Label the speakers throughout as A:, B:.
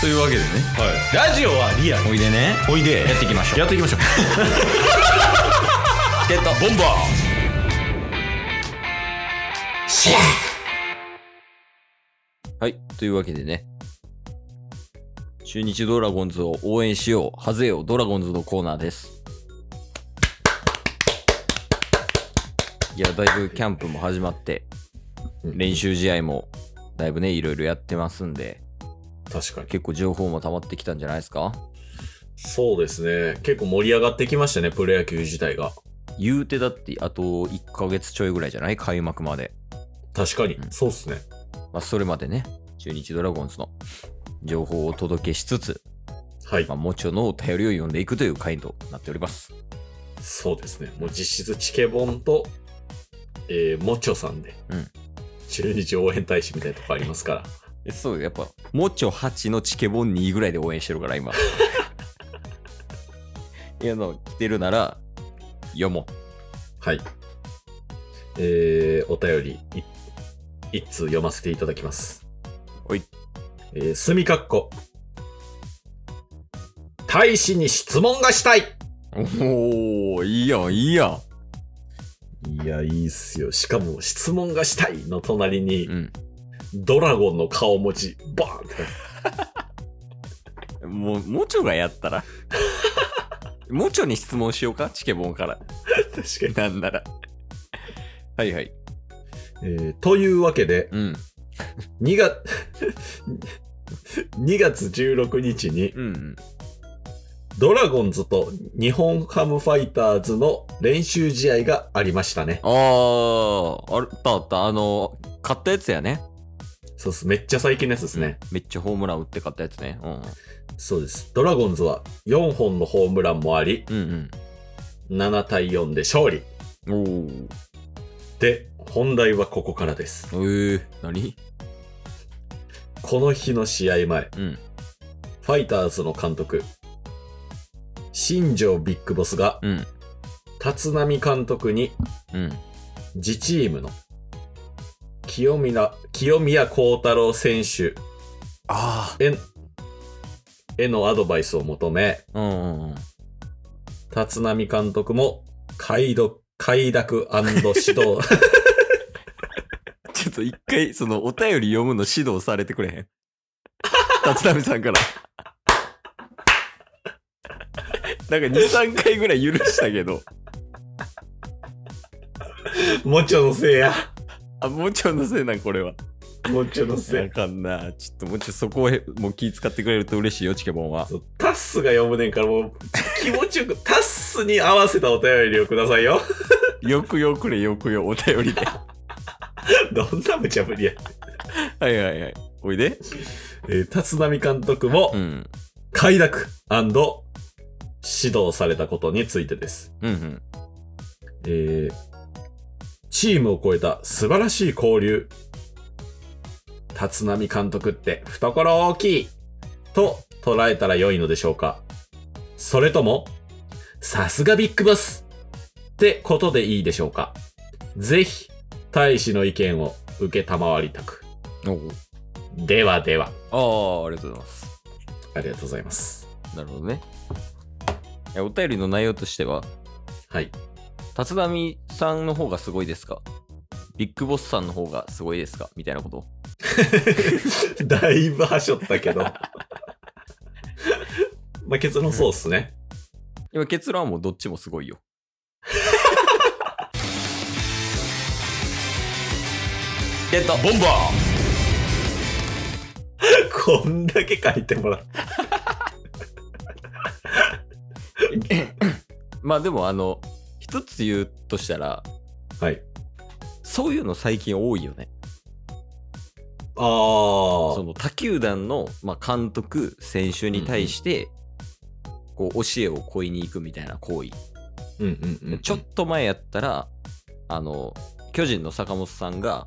A: というわけでね
B: ラジオはリアル
A: おいでね
B: おいで
A: やっていきましょう
B: やってい きましょう
A: チケットボンバーはいというわけでね中日ドラゴンズを応援しようハゼよドラゴンズのコーナーですいやだいぶキャンプも始まって練習試合もだいぶねいろいろやってますんで
B: 確かに
A: 結構情報も溜まってきたんじゃないですか
B: そうですね結構盛り上がってきましたねプロ野球自体が
A: 言うてだってあと1ヶ月ちょいぐらいじゃない開幕まで
B: 確かに、
A: うん
B: そうっすね
A: まあ、それまでね、中日ドラゴンズの情報をお届けしつつ、
B: はい
A: まあ、もちろんのお便りを読んでいくという回となっております。
B: そうですねもう実質チケボンとえー、モチョさんで、
A: うん
B: 中日応援大使みたいなとこありま すから
A: えそうよ、やっぱ、もちょ8のチケボン2ぐらいで応援してる から、今。いや、あの、来てるなら、読も
B: はいえー、お便りい一通読ませていただきます
A: おい。
B: えー、すみかっこ大使に質問がしたいう
A: おおいいやん、いいやん。
B: いや、いいっすよ。しかも、質問がしたいの隣に
A: う、ん。
B: ドラゴンの顔文字、バーンって書いて
A: もう、もちょがやった ら。もちょに質問しようか、チケボンから。
B: ある確か
A: な
B: に。
A: んなら。はいはい。
B: えーというわけで、
A: うん。
B: 2月、2月16日に、
A: うんうん。
B: ドラゴンズと日本ハムファイターズの練習試合がありましたね。
A: あー、あったあった。あの、買ったやつやね。
B: そうっす。めっちゃ最近のやつですね。
A: めっちゃホームラン打って買ったやつね。うん。
B: そうです。ドラゴンズは4本のホームランもあり、
A: うん
B: 7対4で勝利。
A: うん。おー。
B: で、本題はここからです。
A: えー、何
B: この日の試合前、
A: うん。
B: ファイターズの監督、新庄ビッグボスが、
A: うん。
B: 立浪監督に、
A: うん。
B: 自チームの、清宮、清宮幸太郎選手
A: あ
B: へ、へのアドバイスを求め、
A: あ。うんうんうん。
B: 立浪監督も、快読、快諾指導、
A: ちょっと一回、その、お便り読むの指導されてくれへ ん。立浪さんから。なんか2、3回ぐらい許したけど、
B: もちょのせいや。
A: あ、もうちょいのせいなん、これは。
B: もちょのせ
A: あ
B: い。
A: かんな。ちょっともうちょいそこをへ、もう気使ってくれると嬉しいよ、チケボン は。
B: そうタッスが読むねんからもう気持ちよくタッスに合わせたお便りをくださいよ
A: よくよくれ、よくよ、お便りで。
B: どんな無茶ぶりや、
A: はいはいはい。おいで。
B: えー、立浪監督も、
A: ん。
B: 快諾指導されたことについてです。
A: うんうん。
B: えー、チームを超えた素晴らしい交流。立浪監督って懐大きいと捉えたら良いのでしょうかそれとも、さすがビッグボスってことでいいでしょうかぜひ、大使の意見を受けたまわりたく。ではでは、
A: ああ、ありがとうございます。
B: ありがとうございます。
A: なるほどね。いやお便りの内容としては、
B: はい。
A: 立浪さんの方がすごいですかビッグボスさんの方がすごいですかみたいなこと。
B: だいぶはしょったけ ど。まあ結論そうっすね。
A: 今結論はもうどっちもすごいよ。ゲットボンバー
B: こんだけ書いてもらっ
A: まあでもあの、一つ言うとしたら、
B: た。はい。
A: そういうの最近多いよね。
B: あ
A: そ
B: ー。
A: の他球団の、まあ、監督選手に対して、こう教えを請いに行くみたいな行為、
B: うんうんうん。
A: ちょっと前やったらあの巨人の坂本さんが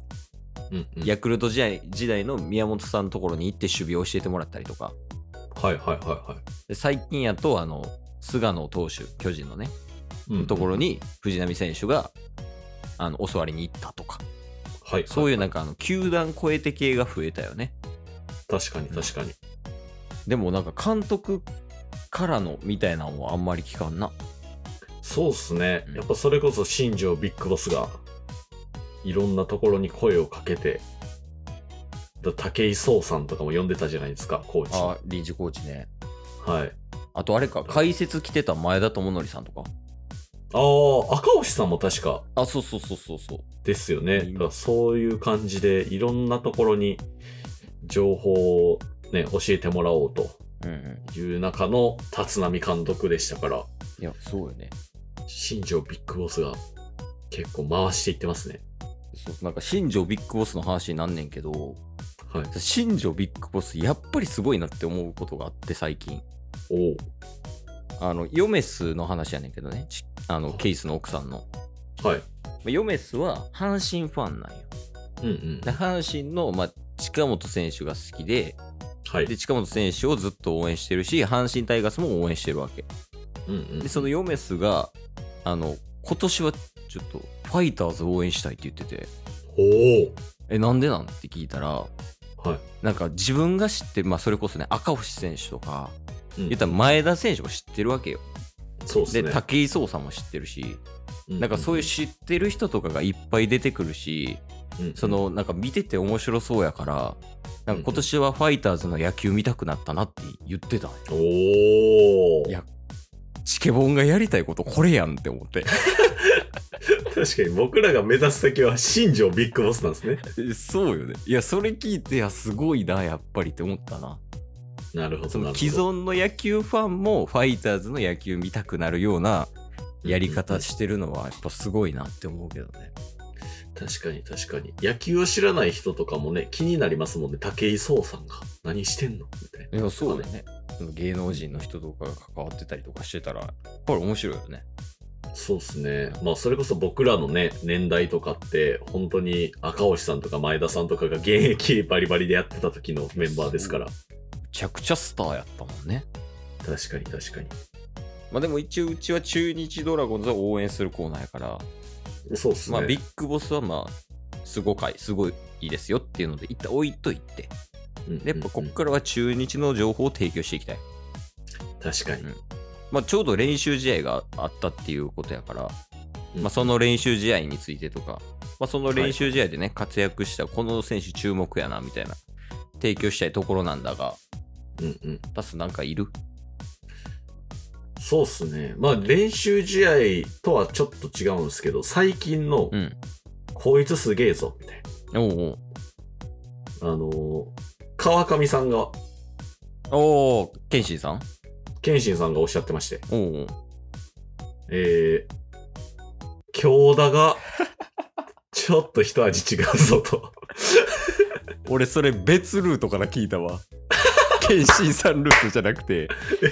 B: うんうん、
A: ヤクルト時代時代の宮本さんのところに行って守備を教えてもらったりとか
B: はいはいはいは
A: で最近やとあの菅野投手巨人のね
B: い。うん
A: ところに藤浪選手があの教わりに行ったとか
B: はい。
A: そう
B: いう。
A: いうなんかあの球団超えて系が増えたよね
B: 確かに確かに。
A: でもなんか監督からのみたいなのもあんまり聞かんな。
B: そうっすね
A: うん。
B: やっぱそれこそ新庄ビッグボスが、いろんなところに声をかけて、だ武井壮さんとかも呼んでたじゃないですか、コーチ。
A: あ、臨時コーチね。
B: はい。
A: あとあれか、解説来てた前田智則さんとか。
B: ああ、赤星さんも確か
A: あ、そうそうそうそうそう。
B: ですよね。
A: うん
B: だからそういう感じで、いろんなところに情報をね、教えてもらおうと
A: うんうん。
B: いう中の立浪監督でしたから、
A: いや、そうよね。
B: 新庄ビッグボスが結構回していってますね。
A: そうなんか新庄ビッグボスの話になんねんけど、
B: はい。
A: 新庄ビッグボス、やっぱりすごいなって思うことがあって、最近。
B: おう
A: あの、ヨメスの話やねんけどね。ちあの、ケイスの奥さんの。
B: はい。
A: まあヨメスは阪神ファンなんよ。
B: うんうん
A: で。阪神の、まあ、近本選手が好きで、
B: はい。
A: で、近本選手をずっと応援してるし、阪神タイガースも応援してるわけ。
B: うんうん
A: で、そのヨメスが、あの、今年はちょっと、ファイターズを応援したいって言ってて、
B: おお
A: え、なんでなんって聞いたら、
B: はい。
A: なんか自分が知ってる、まあ、それこそね、赤星選手とか、
B: うん
A: 言ったら前田選手も知ってるわけよ。
B: そうです
A: で、
B: ね。
A: 武井壮さんも知ってるし、
B: な
A: なんかそういう知ってる人とかがいっぱい出てくるし、そ、のなんか見てて面白そうやから、なんか今年はファイターズの野球見たくなったなって言ってたんよ
B: うんうんおお
A: いやチケボンがやりたいことこれやんって思って。
B: 確かに僕らが目指す先は新庄ビッグボスなんですね。
A: えそうよね。いや、それ聞いて、いや、すごいな、やっぱりって思ったな。
B: なるほど。
A: そ
B: な
A: の
B: るほ
A: 既
B: ど
A: 存の野球ファンもファイターズの野球見たくなるようなやり方してるのはやっぱすごいなって思うけどね。
B: 確かに確かに。野球を知らない人とかもね、気になりますもんね。武井壮さんが何してんのみたい
A: い
B: な。
A: や、そうだね。その芸能人の人とかが関わってたりとかしてたら、やっぱり面白いよね。
B: そうですね。まあ、それこそ僕らのね、年代とかって、本当に赤星さんとか前田さんとかが現役バリバリでやってた時のメンバーですから。
A: むちゃくちゃスターやったもんね。
B: 確かに確か
A: まあでも一応うちは中日ドラゴンズを応援するコーナーやから、
B: に。そうですね。
A: まあビッグボスはまあ、すごかい、すごいいいですよっていうので、一旦置いといて。
B: うんうんうん
A: でやっぱこっからは中日の情報を提供していきたい。
B: 確かに。
A: まあ、ちょうど練習試合があったっていうことやから、
B: うん
A: まあ、その練習試合についてとか、まあ、その練習試合でね、活躍したこの選手注目やなみたいな提供したいところなんだが、
B: うんうん。
A: タスなんかいる
B: そうっすね。まあ練習試合とはちょっと違うんですけど、最近の、
A: うん。
B: こいつすげえぞ、みたい
A: おう
B: な。あのー川上さんが、
A: おうおおケンシーさん
B: 謙信さんがおっしゃってまして、
A: おうおう
B: えー、京田 が、ちょっと一味違うぞと。
A: 俺それ別ルートから聞いた わ。ケンシーさんルートじゃなくて、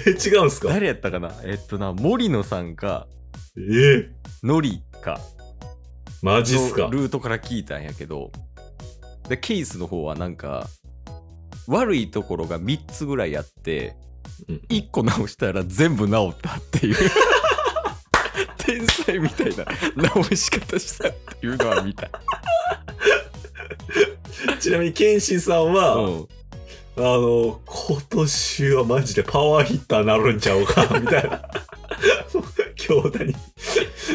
B: え違うんすか
A: 誰やったかなえっとな、森野さんか、
B: えー、
A: ノリか。
B: マジっす
A: の
B: か
A: ルートから聞いたんやけどでケースの方はなんか悪いところが3つぐらいあって
B: うん
A: 1個直したら全部直ったっていう 天才みたいな直し方したっていうのは見た、
B: ちなみに謙信さんは、
A: うん、
B: あの、今年はマジでパワーヒッターなるんちゃう か、みたいな。京田に。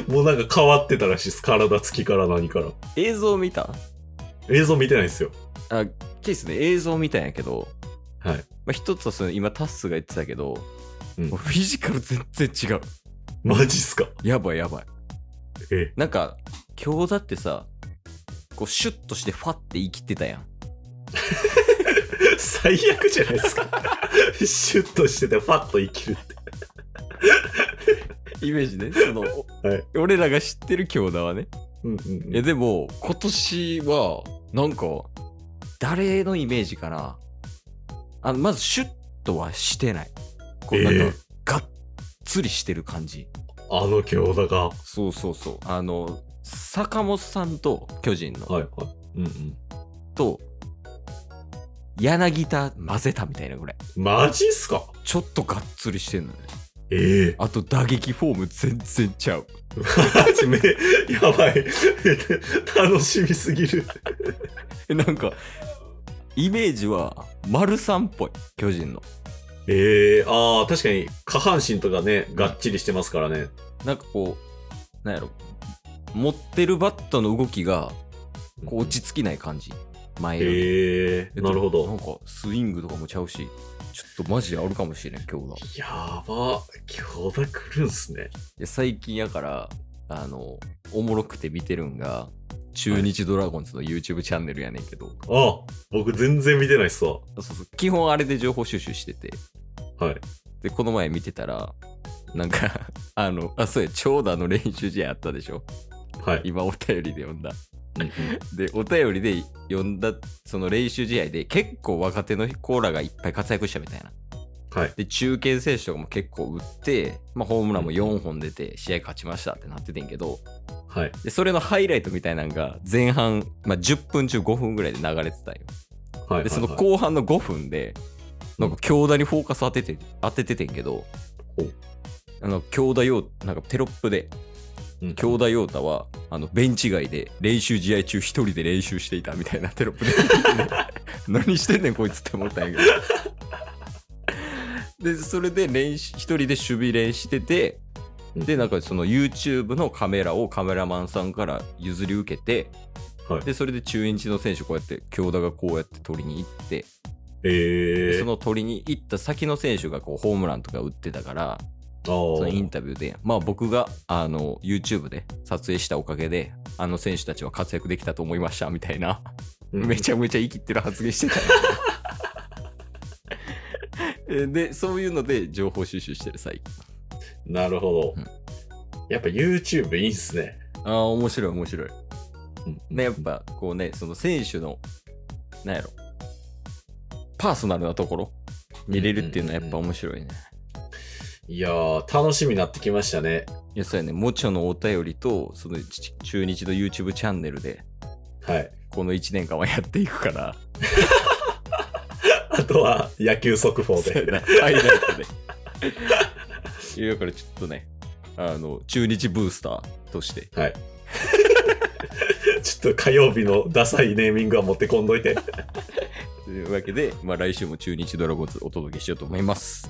B: もうなんか変わってたらしいです。体つきから何から。
A: 映像見た
B: 映像見てないですよ。
A: あケースね映像見たんやけど、
B: はい。
A: まあ、一つはその今タッスが言ってたけど、
B: うん
A: もうフィジカル全然違う
B: マジっすか。
A: やばいやばい
B: え
A: なんか京田ってさこうシュッとしてファって生きてたやん
B: え、最悪じゃない ですか。シュッとしてて、ファッと生きるって。
A: イメージね。その、
B: はい
A: 俺らが知ってる京田はね。
B: うんうん
A: いや、でも、今年は、なんか、誰のイメージかな。あの、まず、シュッとはしてない。こう、なんか、
B: ええ
A: がっつりしてる感じ。
B: あの京田が。は
A: そうそうそう。あの、坂本さんと、巨人の、
B: いはい。うんうん。
A: と、柳田混ぜたみたいなぐらい。
B: マジっすか。
A: ちょっとがっつりしてんのね。
B: ええ
A: あと、打撃フォーム全然ちゃう。
B: マジめ、やばい。 楽しみすぎる。
A: えなんか、イメージは、丸さんっぽい、巨人の。
B: ええああ、確かに下半身とかね、がっちりしてますからね。
A: なんかこう、なんやろ、持ってるバットの動きがこう落ち着きない感じ、前より。
B: ええ
A: えっと
B: なるほ
A: な
B: ど
A: ん。かスイングとかもちゃうし、ちょっとマジあるかもしれん、今日が。
B: やば、強打来るんすね。
A: で最近やから、あの、おもろくて見てるんが、中日ドラゴンズの YouTube チャンネルやねんけど、
B: あ僕全然見てないっすわ。
A: そうそう基本あれで情報収集してて、
B: はい。
A: で、この前見てたら、なんか、あの、あ、そうや、長打の練習試合あったでしょ
B: はい。
A: 今お便りで読んだ。
B: うん
A: で、お便りで読んだ、その練習試合で結構若手のコーラがいっぱい活躍したみたいな。
B: はい。
A: で、中堅選手とかも結構打って、まあ、ホームランも4本出て、試合勝ちましたってなっててんけど、
B: はい。
A: で、それのハイライトみたいなのが前半、まあ、10分中5分ぐらいで流れてたんよ。
B: はい。
A: で、その
B: はいはい
A: 後半の5分で、なんか強打にフォーカス当てて、当てててんけど
B: ほう、
A: あの、強打用、なんかテロップで、
B: うん
A: 兄弟陽太はあのベンチ外で練習試合中一人で練習していたみたいなテロッ プで何してんねんこいつって思ったんやけどでそれで練習一人で守備練しててでなんかその YouTube のカメラをカメラマンさんから譲り受けて、
B: はい
A: でそれで中日の選手こうやって京田がこうやって取りに行って、
B: え
A: で
B: え
A: その取りに行った先の選手がこうホームランとか打ってたから
B: あー
A: そのインタビューで、まあ僕があの YouTube で撮影したおかげで、あの選手たちは活躍できたと思いましたみたいな、
B: うん
A: めちゃめちゃ言い切ってる発言 してた。えで、そういうので情報収集してる最近。
B: なるほ
A: う
B: ど。
A: ん
B: やっぱ YouTube いいんすね。
A: ああ、面白い面白い。ね、やっ
B: ぱ。
A: ぱこうね、その選手の、なんやろ、パーソナルなところ見れるっていうのはやっぱ面白いね。
B: いやー、楽しみになってきましたね。
A: いや、そうやね、もちろんのお便りと、そのち中日の YouTube チャンネルで、
B: はい。
A: この1年間はやっていくから。
B: あとは野球速報
A: そうや
B: で。
A: なハイライトで。いや、だからちょっとね、あの、中日ブースターとして。
B: はい。 ちょっと火曜日のダサいネーミングは持ってこんどいて。
A: というわけで、まあ来週も中日ドラゴンズお届けしようと思います。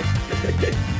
C: す